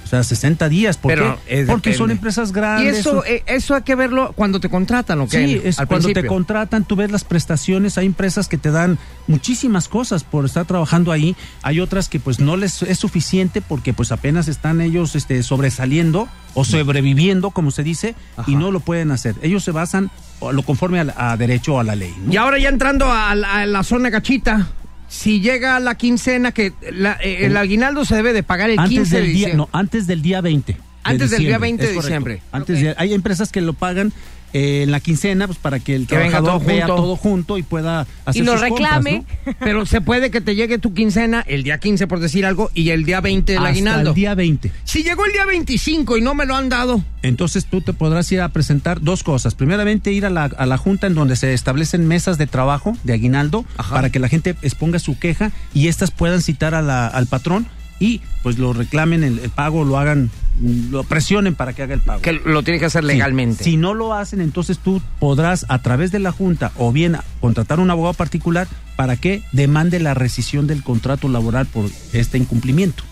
O sea, 60 días. ¿Por Pero, qué? eh, Porque son depende. empresas Y grandes. eso, son- eh, eso hay que verlo cuando te contratan, ¿ok? Ah, Sí, es Al cuando te principio. contratan, tú ves las prestaciones, hay empresas que te dan muchísimas cosas por estar trabajando ahí, hay otras que pues no les es suficiente porque pues apenas están ellos este, sobresaliendo o sobreviviendo, como se dice, y no lo pueden hacer. Ellos se basan o lo conforme a, la- a derecho o a la ley. ¿no? Y ahora ya entrando a, la- a la zona gachita, si llega la quincena, que la- eh, el aguinaldo se debe de pagar el 15 del de día, diciembre. no, antes del día 20. de Antes del día diciembre, 20 de es correcto. diciembre. Antes de- hay empresas que lo pagan eh, en la quincena pues para que el Que venga trabajador todo vea junto. todo junto y pueda hacer Y nos sus compras, reclame. ¿no? Pero se puede que te llegue tu quincena el día 15, por decir algo, y el día 20 el Hasta aguinaldo. el día 20. Si llegó el día 25 y no me lo han dado, Entonces tú te podrás ir a presentar dos cosas. Primeramente ir a la, a la junta en donde se establecen mesas de trabajo de aguinaldo Ajá. para que la gente exponga su queja y estas puedan citar a la- al patrón y pues lo reclamen el, el pago, lo hagan, mm, lo presionen para que haga el pago. que lo tiene que hacer Sí. legalmente. Si no lo hacen, entonces tú podrás a través de la junta o bien contratar un abogado particular para que demande la rescisión del contrato laboral por este incumplimiento.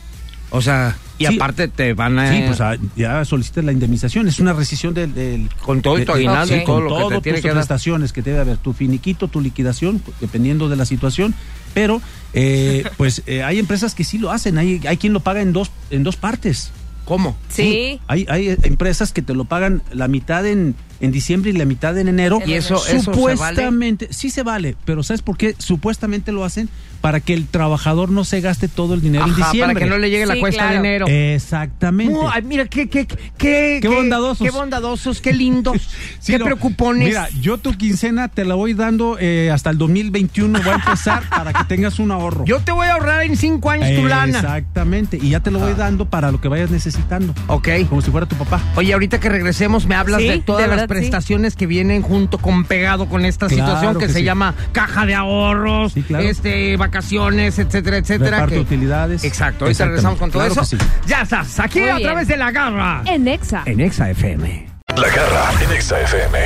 O sea, y Sí. aparte te van a. Sí, pues ah, ya solicitas la indemnización. Es una rescisión del. del- Con todo y tu de- de- aguinaldo y sí, todo con lo que todo te tiene tus que dar. prestaciones que debe haber. Tu finiquito, tu liquidación, dependiendo de la situación. Pero, eh, pues eh, hay empresas que sí lo hacen. Hay, hay quien lo paga en dos, en dos partes. ¿Cómo? Sí. Hay, hay eh, empresas que te lo pagan la mitad en en diciembre y la mitad en enero. ¿Y eso- eso se supuestamente, sí se vale, pero ¿sabes por qué? Supuestamente lo hacen para que el trabajador no se gaste todo el dinero en Ajá, diciembre. para que no le llegue la Sí, cuesta claro. de Eh, enero. Exactamente. No, ay, mira, qué, qué, qué, qué, Qué bondadosos. Qué bondadosos, qué lindos, Sí, qué no. preocupones. Mira, yo tu quincena te la voy dando eh, hasta el 2021. Voy a empezar para que tengas un ahorro. yo te voy a ahorrar en cinco años tu lana. Exactamente. Y ya te lo voy dando para lo que vayas necesitando. Ok. Como si fuera tu papá. Oye, ahorita que regresemos me hablas Sí, de todas de las verdad, sí. prestaciones que vienen junto con pegado con esta Claro situación que, que se sí. llama caja de ahorros, Sí, claro. este vacaciones, etcétera, etcétera. Reparto de utilidades. Exacto, ahorita Exactamente. regresamos con todo Claro eso. que sí. Ya estás, aquí Muy a bien. través de la garra. En Exa. En Exa FM. La garra en Exa FM.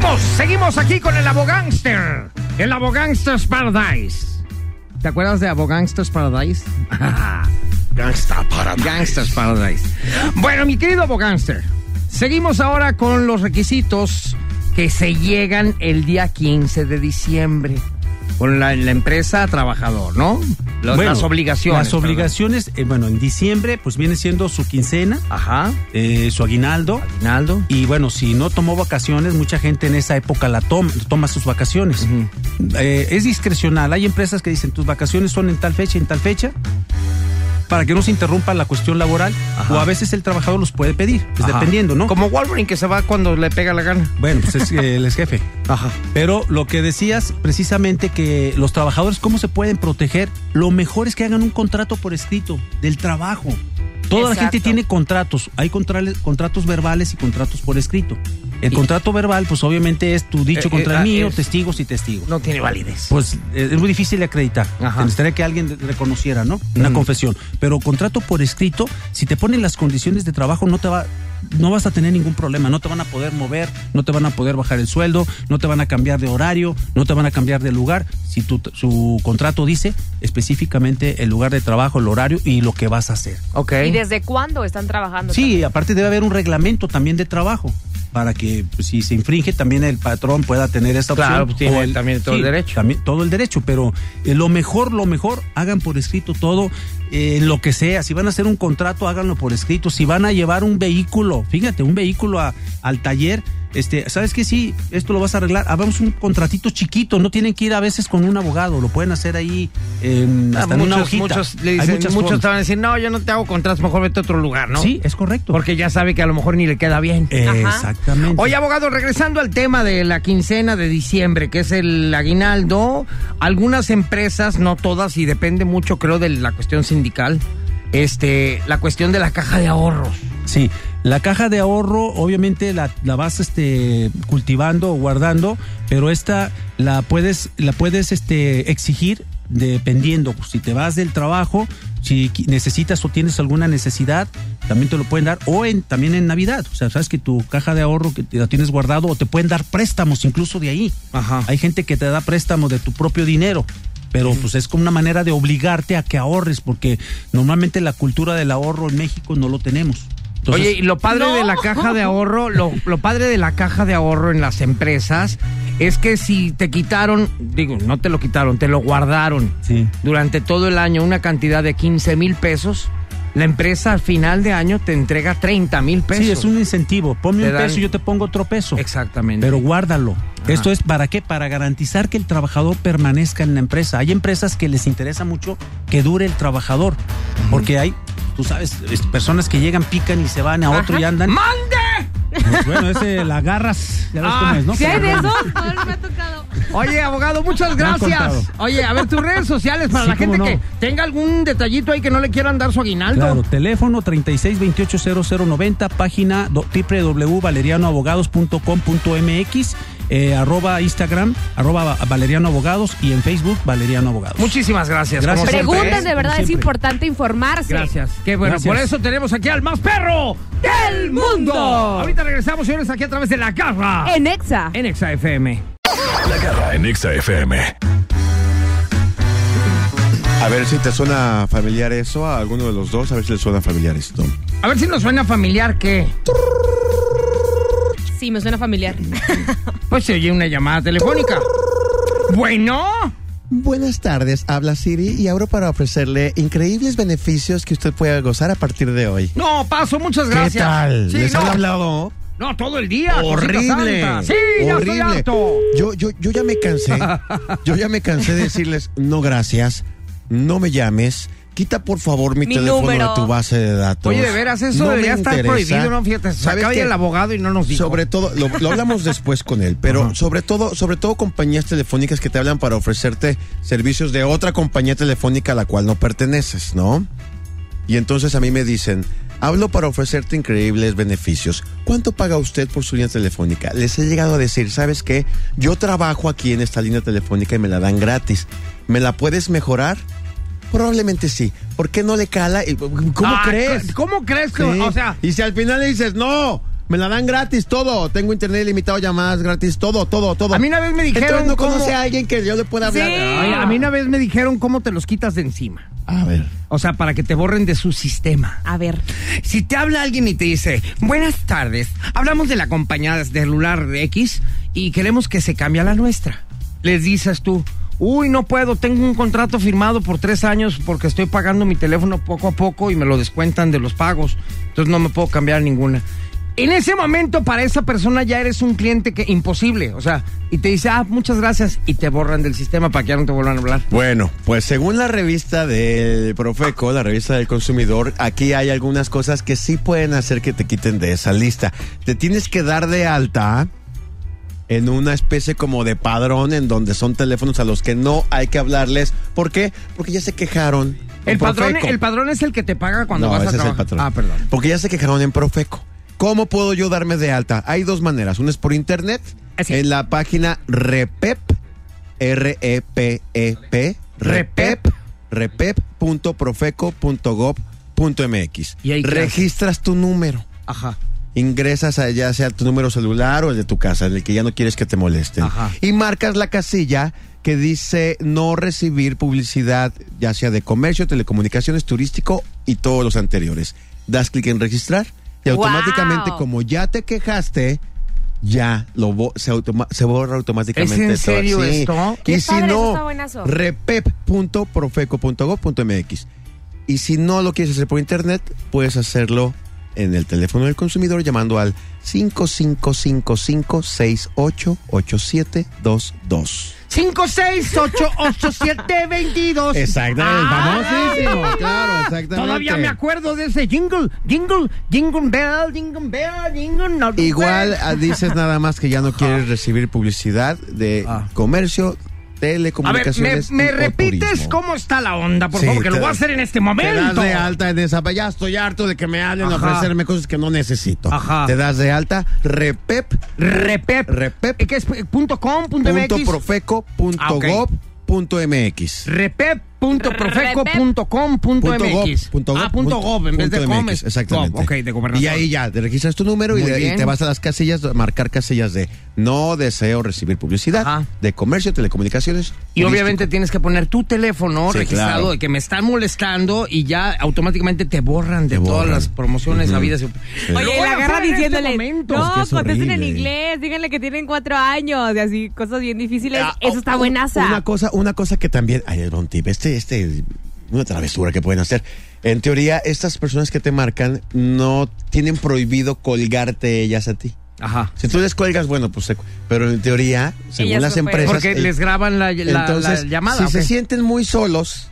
Seguimos, seguimos aquí con el Abogangster. El Abogangster's Paradise. ¿Te acuerdas de Abogangster's Paradise? Gangsta para Gangsters Paradise. Bueno, mi querido Bogánster, seguimos ahora con los requisitos que se llegan el día 15 de diciembre con la, la empresa trabajador, ¿no? Los- Bueno, las obligaciones. Las obligaciones, eh, bueno, en diciembre, pues viene siendo su quincena, perdón. Ajá. eh, su aguinaldo. Aguinaldo. Y bueno, si no tomó vacaciones, mucha gente en esa época la toma, toma sus vacaciones. Eh, es discrecional. Hay empresas que dicen tus vacaciones son en tal fecha, en tal fecha, para que no se interrumpa la cuestión laboral. O a veces el trabajador los puede pedir, pues Ajá. dependiendo, ¿no? Como Wolverine que se va cuando le pega la gana. Bueno, pues es que él es jefe. Ajá. Pero lo que decías precisamente que los trabajadores, ¿cómo se pueden proteger? Lo mejor es que hagan un contrato por escrito del trabajo. Toda la gente Exacto. tiene contratos. Hay contrales- contratos verbales y contratos por escrito. El contrato verbal, pues obviamente es tu dicho Eh, contra eh, el mío, es- testigos y testigos. No tiene validez. Pues eh, es muy difícil de acreditar. Ajá. Te necesitaría que alguien re- reconociera, ¿no? Una Ujú. confesión. Pero contrato por escrito, si te ponen las condiciones de trabajo, no te va. No vas a tener ningún problema, no te van a poder mover, no te van a poder bajar el sueldo, no te van a cambiar de horario, no te van a cambiar de lugar. Si tu, su contrato dice específicamente el lugar de trabajo, el horario y lo que vas a hacer. Ok. ¿Y desde cuándo están trabajando? Sí, aparte debe haber un reglamento también de trabajo para que pues, si se infringe también el patrón pueda tener esta opción. Claro, pues, tiene o también todo el derecho. También todo el derecho, pero eh, lo mejor, lo mejor, hagan por escrito todo, eh, lo que sea. Si van a hacer un contrato, háganlo por escrito. Si van a llevar un vehículo, fíjate, un vehículo a- al taller. Este, ¿sabes qué? Sí, esto lo vas a arreglar. Hagamos un contratito chiquito. No tienen que ir a veces con un abogado. Lo pueden hacer ahí en, Ah, hasta en muchos, una hojita. muchos, le Hay dicen- muchas muchos te formas. van a decir, no, yo no te hago contratos, mejor vete a otro lugar, ¿no? Sí, Eh, es correcto. Porque ya sabe que a lo mejor ni le queda bien. Exactamente. Oye, abogado, regresando al tema de la quincena de diciembre, que es el aguinaldo, algunas empresas, no todas, y depende mucho, creo, de la cuestión sindical, este, la cuestión de la caja de ahorros. Sí, la caja de ahorro obviamente la, la vas este, cultivando o guardando, pero esta la puedes, la puedes este, exigir dependiendo, pues, si te vas del trabajo, si qui- necesitas o tienes alguna necesidad, también te lo pueden dar, o en, también en Navidad, o sea, sabes que tu caja de ahorro que te la tienes guardado, o te pueden dar préstamos incluso de ahí. Ajá. Hay gente que te da préstamo de tu propio dinero, pero pues es como una manera de obligarte a que ahorres, porque normalmente la cultura del ahorro en México no lo tenemos. Entonces, Oye, y lo padre de la caja de ahorro, lo, lo padre de la caja de ahorro en las empresas es que si te quitaron, digo, no te lo quitaron, te lo guardaron Sí. durante todo el año una cantidad de 15 mil pesos, la empresa al final de año te entrega 30 mil pesos. Sí, es un incentivo. Ponme Te un dan- peso y yo te pongo otro peso. Exactamente. Pero guárdalo. Ajá. Esto es para qué? Para garantizar que el trabajador permanezca en la empresa. Hay empresas que les interesa mucho que dure el trabajador. Porque hay, tú sabes, es- personas que llegan, pican y se van a otro y andan. ¡Mande! Pues bueno, ese la agarras. Ya ves Ah, cómo es, ¿no? ¿Sí hay Que de la eso? agarran. No, no me ha tocado. Oye, abogado, muchas Me han gracias. contado. Oye, a ver tus redes sociales para Sí, la gente cómo que no. tenga algún detallito ahí que no le quieran dar su aguinaldo. Claro, teléfono 36280090, página do- www.valerianoabogados.com.mx, eh, arroba Instagram, arroba Valeriano Abogados y en Facebook Valeriano Abogados. Muchísimas gracias. Gracias. como siempre, Pregunta Preguntas, ¿eh? de verdad, Como es siempre. importante informarse. Gracias. Qué bueno. Gracias. Por eso tenemos aquí al más perro del mundo. Ahorita regresamos, señores, aquí a través de la garra En Exa. en Exa FM. La garra en Exa FM. A ver si te suena familiar eso a alguno de los dos, a ver si le suena familiar esto. A ver si nos suena familiar que Sí, me suena familiar. pues se oye una llamada telefónica. Bueno, Buenas tardes, habla Siri y abro para ofrecerle increíbles beneficios que usted puede gozar a partir de hoy. no, paso, muchas gracias. Sí, ¿Les no. han hablado? No, todo el día. cosita horrible. santa. Sí, ya estoy harto. Yo, yo, yo ya me cansé. Yo ya me cansé de decirles no gracias, no me llames. Quita por favor mi, Mi teléfono número. de tu base de datos. Oye, de veras, eso me debería estar interesa. prohibido, ¿no? Fíjate, se acaba ya el abogado y no nos dijo. Sobre todo, lo, lo hablamos después con él, pero sobre todo, sobre todo compañías telefónicas que te hablan para ofrecerte servicios de otra compañía telefónica a la cual no perteneces, ¿no? Y entonces a mí me dicen, hablo para ofrecerte increíbles beneficios. ¿Cuánto paga usted por su línea telefónica? Les he llegado a decir, ¿sabes qué? Yo trabajo aquí en esta línea telefónica y me la dan gratis. ¿Me la puedes mejorar? Probablemente sí. ¿Por qué no le cala? Y- ¿Cómo Ah, crees? ¿Cómo crees que, Sí. o sea, y si al final le dices, no, me la dan gratis todo, tengo internet ilimitado, llamadas gratis, todo, todo, todo. A mí una vez me dijeron Entonces no cómo- conoce a alguien que yo le pueda hablar. Ah, Ay, a mí una vez me dijeron cómo te los quitas de encima. A ver. O sea, para que te borren de su sistema. A ver. Si te habla alguien y te dice, buenas tardes, hablamos de la compañía de celular X y queremos que se cambie a la nuestra. Les dices tú, uy, no puedo, tengo un contrato firmado por tres años porque estoy pagando mi teléfono poco a poco y me lo descuentan de los pagos, entonces no me puedo cambiar a ninguna. En ese momento para esa persona ya eres un cliente que imposible, o sea, y te dice, ah, muchas gracias, y te borran del sistema para que ya no te vuelvan a hablar. Bueno, pues según la revista del Profeco, la revista del consumidor, aquí hay algunas cosas que sí pueden hacer que te quiten de esa lista. Te tienes que dar de alta en una especie como de padrón en donde son teléfonos a los que no hay que hablarles. ¿Por qué? Porque ya se quejaron. El en padrón, Profeco. el padrón es el que te paga cuando no, vas a ese es el trabajar. patrón. Ah, perdón. Porque ya se quejaron en Profeco. ¿Cómo puedo yo darme de alta? Hay dos maneras. Una es por internet, Así. en la página repep, E R-E-P-E-P, repep, repep.profeco.gov.mx. ¿Y ahí qué Registras tu número. Ajá. Ingresas a ya sea tu número celular o el de tu casa, el que ya no quieres que te molesten. Ajá. Y marcas la casilla que dice no recibir publicidad, ya sea de comercio, telecomunicaciones, turístico y todos los anteriores. Das clic en registrar y ¡Guau! automáticamente, como ya te quejaste, ya lo bo- se, automa- se borra automáticamente. ¿Es en todo. serio esto? Y Qué si padre, eso está no, buenazo. repep.profeco.gov.mx. Y si no lo quieres hacer por internet, puedes hacerlo en el teléfono del consumidor llamando al 5555-688722. 5, 6, 8, 8, 7, 22. Exactamente, famosísimo, Ah. claro, exactamente. Todavía me acuerdo de ese jingle, jingle, jingle bell, jingle bell, jingle not Igual ah, dices nada más que ya no quieres recibir publicidad de Ah. comercio, A ver, me, telecomunicaciones. me y- o repites turismo. cómo está la onda, por Sí, favor, que lo te- voy a hacer en este Te das momento. de alta en esa. Ya estoy harto de que me hablen a Ajá. ofrecerme cosas que no necesito. Ajá. Te das de alta repep.profeco.gov.mx Repep. Repep. ¿Qué es? eh, Punto .com, punto MX. Ah, ok. repep.profeco.com.mx Punto Ah, punto gov, en vez de punto com MX, es Exactamente. gov, ok, de gobernación. Y ahí ya, te registras tu número y, Muy de- y bien. te vas a las casillas, a marcar casillas de no deseo recibir publicidad, Ajá. de comercio, telecomunicaciones. Y obviamente tienes que poner tu teléfono Sí, registrado claro. de que me están molestando y ya automáticamente te borran de Te todas borran. las promociones Ujú. habidas. y- Sí. Lo Oye, y voy a la agarra hacer en este diciéndole, momento. Es que no, es contesten en horrible. inglés, díganle que tienen cuatro años y así, cosas bien difíciles. Ah, Eso o- está oh, o- buenaza. Una cosa, una cosa que también. Ay, es un tip. Este, este, una travesura que pueden hacer. En teoría, estas personas que te marcan no tienen prohibido colgarte ellas a ti. Ajá. Si tú les cuelgas, bueno, pues. se cu- Pero en teoría, según Ellas las no pueden. empresas. Porque el- les graban la, la- la entonces, llamada. si ¿o se qué? sienten muy solos,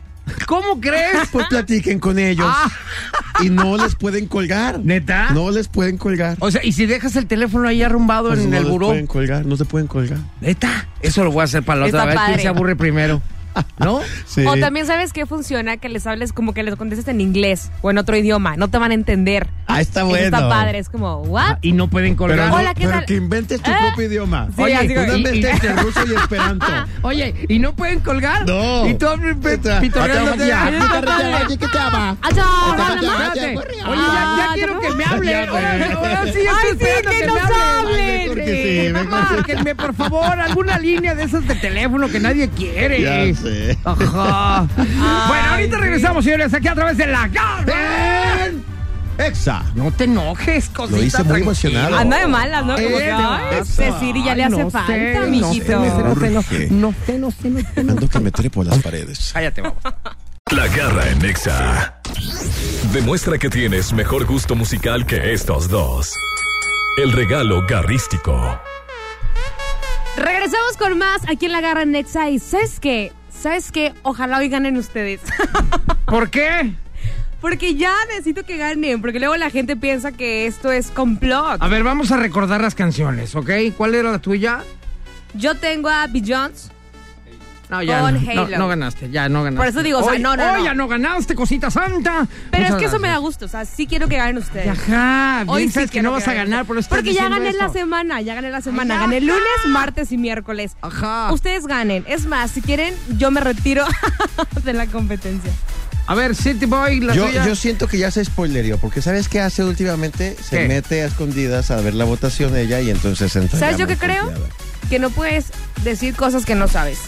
¿Cómo crees? pues platiquen con ellos. Ah. Y no les pueden colgar. ¿Neta? No les pueden colgar. O sea, y si dejas el teléfono ahí arrumbado Pues en no el les buró. pueden colgar, no se pueden colgar. Neta, eso lo voy a hacer para la Está otra vez. ¿Quién padre. se aburre primero? ¿No? Sí. O también sabes que funciona que les hables como que les contestes en inglés o en otro idioma, no te van a entender. Ah, está Eso bueno. está padre, es como, ¿what? Ah, Y no pueden Pero, colgar. no- Ah. Hola, ¿qué pero tal? que inventes tu Ah. propio idioma. Sí, Oye, así como- tú y- inventes y- entre ruso y esperanto. Oye, ¿y no pueden colgar? No. Y tú abres Pita- pitoreándote. Pita- Ay, Pita- no, Pita- padre. Oye, ¿qué te pues, ama? Ah, Allá, Pita- hola, Pita- mamá. Pita- Oye, ya, ya Ah, quiero que me hable. Ya, Ahora, güey. ahora sí, Ay, estoy sí, esperando que que, nos me hablen. hablen. Ay, mejor que sí, mejor que sí. Márquenme, por favor, alguna línea de esas de teléfono que nadie quiere. Ya sé. Ajá. bueno, ahorita regresamos, señores, aquí a través de la garra. En Exa. No te enojes, cosita. Lo hice muy tranquila. emocionado. Anda de malas, ¿no? Como Eh, que, ay, eso. Cecilia ya le Ah, Ay, hace no sé, falta, no mijito. sé, no sé. No sé, no sé, no sé. Ando que me trepo las paredes. Cállate, vamos. La garra en Exa. Demuestra que tienes mejor gusto musical que estos dos. el regalo garrístico. Regresamos con más aquí en la Garra Nexa y ¿sabes qué? ¿Sabes qué? Ojalá hoy ganen ustedes. ¿Por qué? Porque ya necesito que ganen, porque luego la gente piensa que esto es complot. A ver, vamos a recordar las canciones, ¿ok? ¿Cuál era la tuya? Yo tengo a Beyoncé. No, ya. Con no, no, Halo. no ganaste, ya no ganaste. Por eso digo, o sea, Hoy- no, no, hoy no. ya no ganaste, cosita santa. Pero es Muchas que eso me da gracias. gusto, o sea, sí quiero que ganen ustedes. Ajá, bien sabes que Eh, quiero no vas a ganen. ganar, pero estás Porque ya diciendo gané la eso. semana, ya gané la semana. Ay, ya, Ah. gané ya. lunes, martes y miércoles. Ajá. Ustedes ganen. Es más, si quieren, yo me retiro de la competencia. A ver, City Boy, la Yo, tuya. yo siento que ya se spoilereó, porque ¿sabes qué hace últimamente? Se ¿Qué? mete a escondidas a ver la votación ella y entonces entra. ¿Sabes ya yo muy qué creo? confiada. Que no puedes decir cosas que no sabes.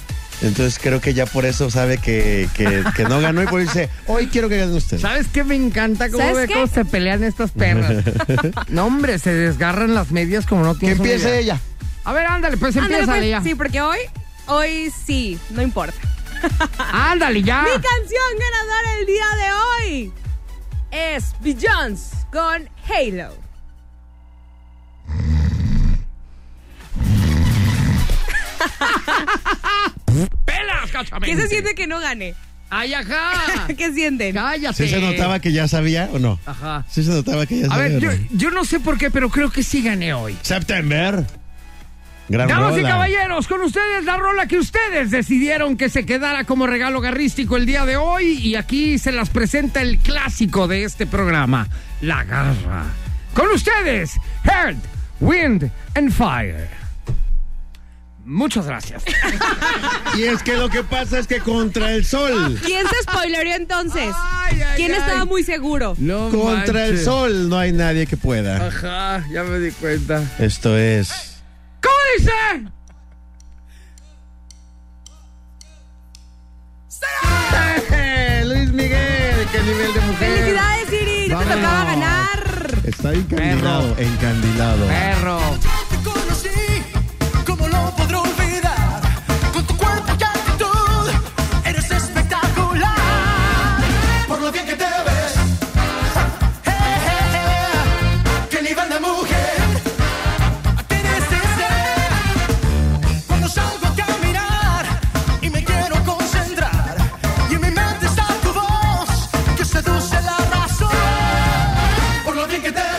Entonces creo que ya por eso sabe que, que- que no ganó y por eso dice, hoy quiero que gane usted. ¿Sabes qué me encanta cómo, ¿Sabes ve qué? cómo se pelean estas perras? no, hombre, se desgarran las medias como no Que tienes una idea. empiece ella. A ver, ándale, pues Ándale, empieza pues. ya. Sí, porque hoy, hoy sí, no importa. Ándale, ya. Mi canción ganadora el día de hoy es Beyoncé con Halo. ¡Pelas, cachamente! ¿Qué se siente que no gane? ¡Ay, ajá! ¿Qué sienten? ¡Cállate! ¿Sí se notaba que ya sabía o no? Ajá. Sí se notaba que ya A sabía. ver, o yo, no? yo no sé por qué, pero creo que sí gané hoy. September. Gran Damas y rola. caballeros, con ustedes la rola que ustedes decidieron que se quedara como regalo garrístico el día de hoy. Y aquí se las presenta el clásico de este programa, La Garra. Con ustedes, Heart, Wind and Fire. Muchas gracias. Y es que lo que pasa es que contra el sol. ¿Quién se spoileó entonces? Ay, ay, ¿Quién ay. estaba muy seguro? Ah, No Contra el manches. Ah. sol no hay nadie que pueda. Ajá, ya me di cuenta. Esto es. ¿Cómo dice? ¡Eh, Luis Miguel, qué nivel de mujer. ¡Felicidades, Siri! ¡No te Vámonos. tocaba ganar! Está encandilado, Perro. encandilado. Perro. Te conocí, ¿cómo lo podré olvidar? Con tu cuerpo y actitud, eres espectacular. Por lo bien que te ves, eh, eh, eh, qué nivel de mujer tienes ese. Cuando salgo a caminar y me quiero concentrar, y en mi mente está tu voz que seduce la razón. Por lo bien que te ves.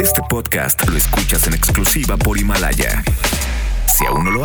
Este podcast lo escuchas en exclusiva por Himalaya. Si aún no lo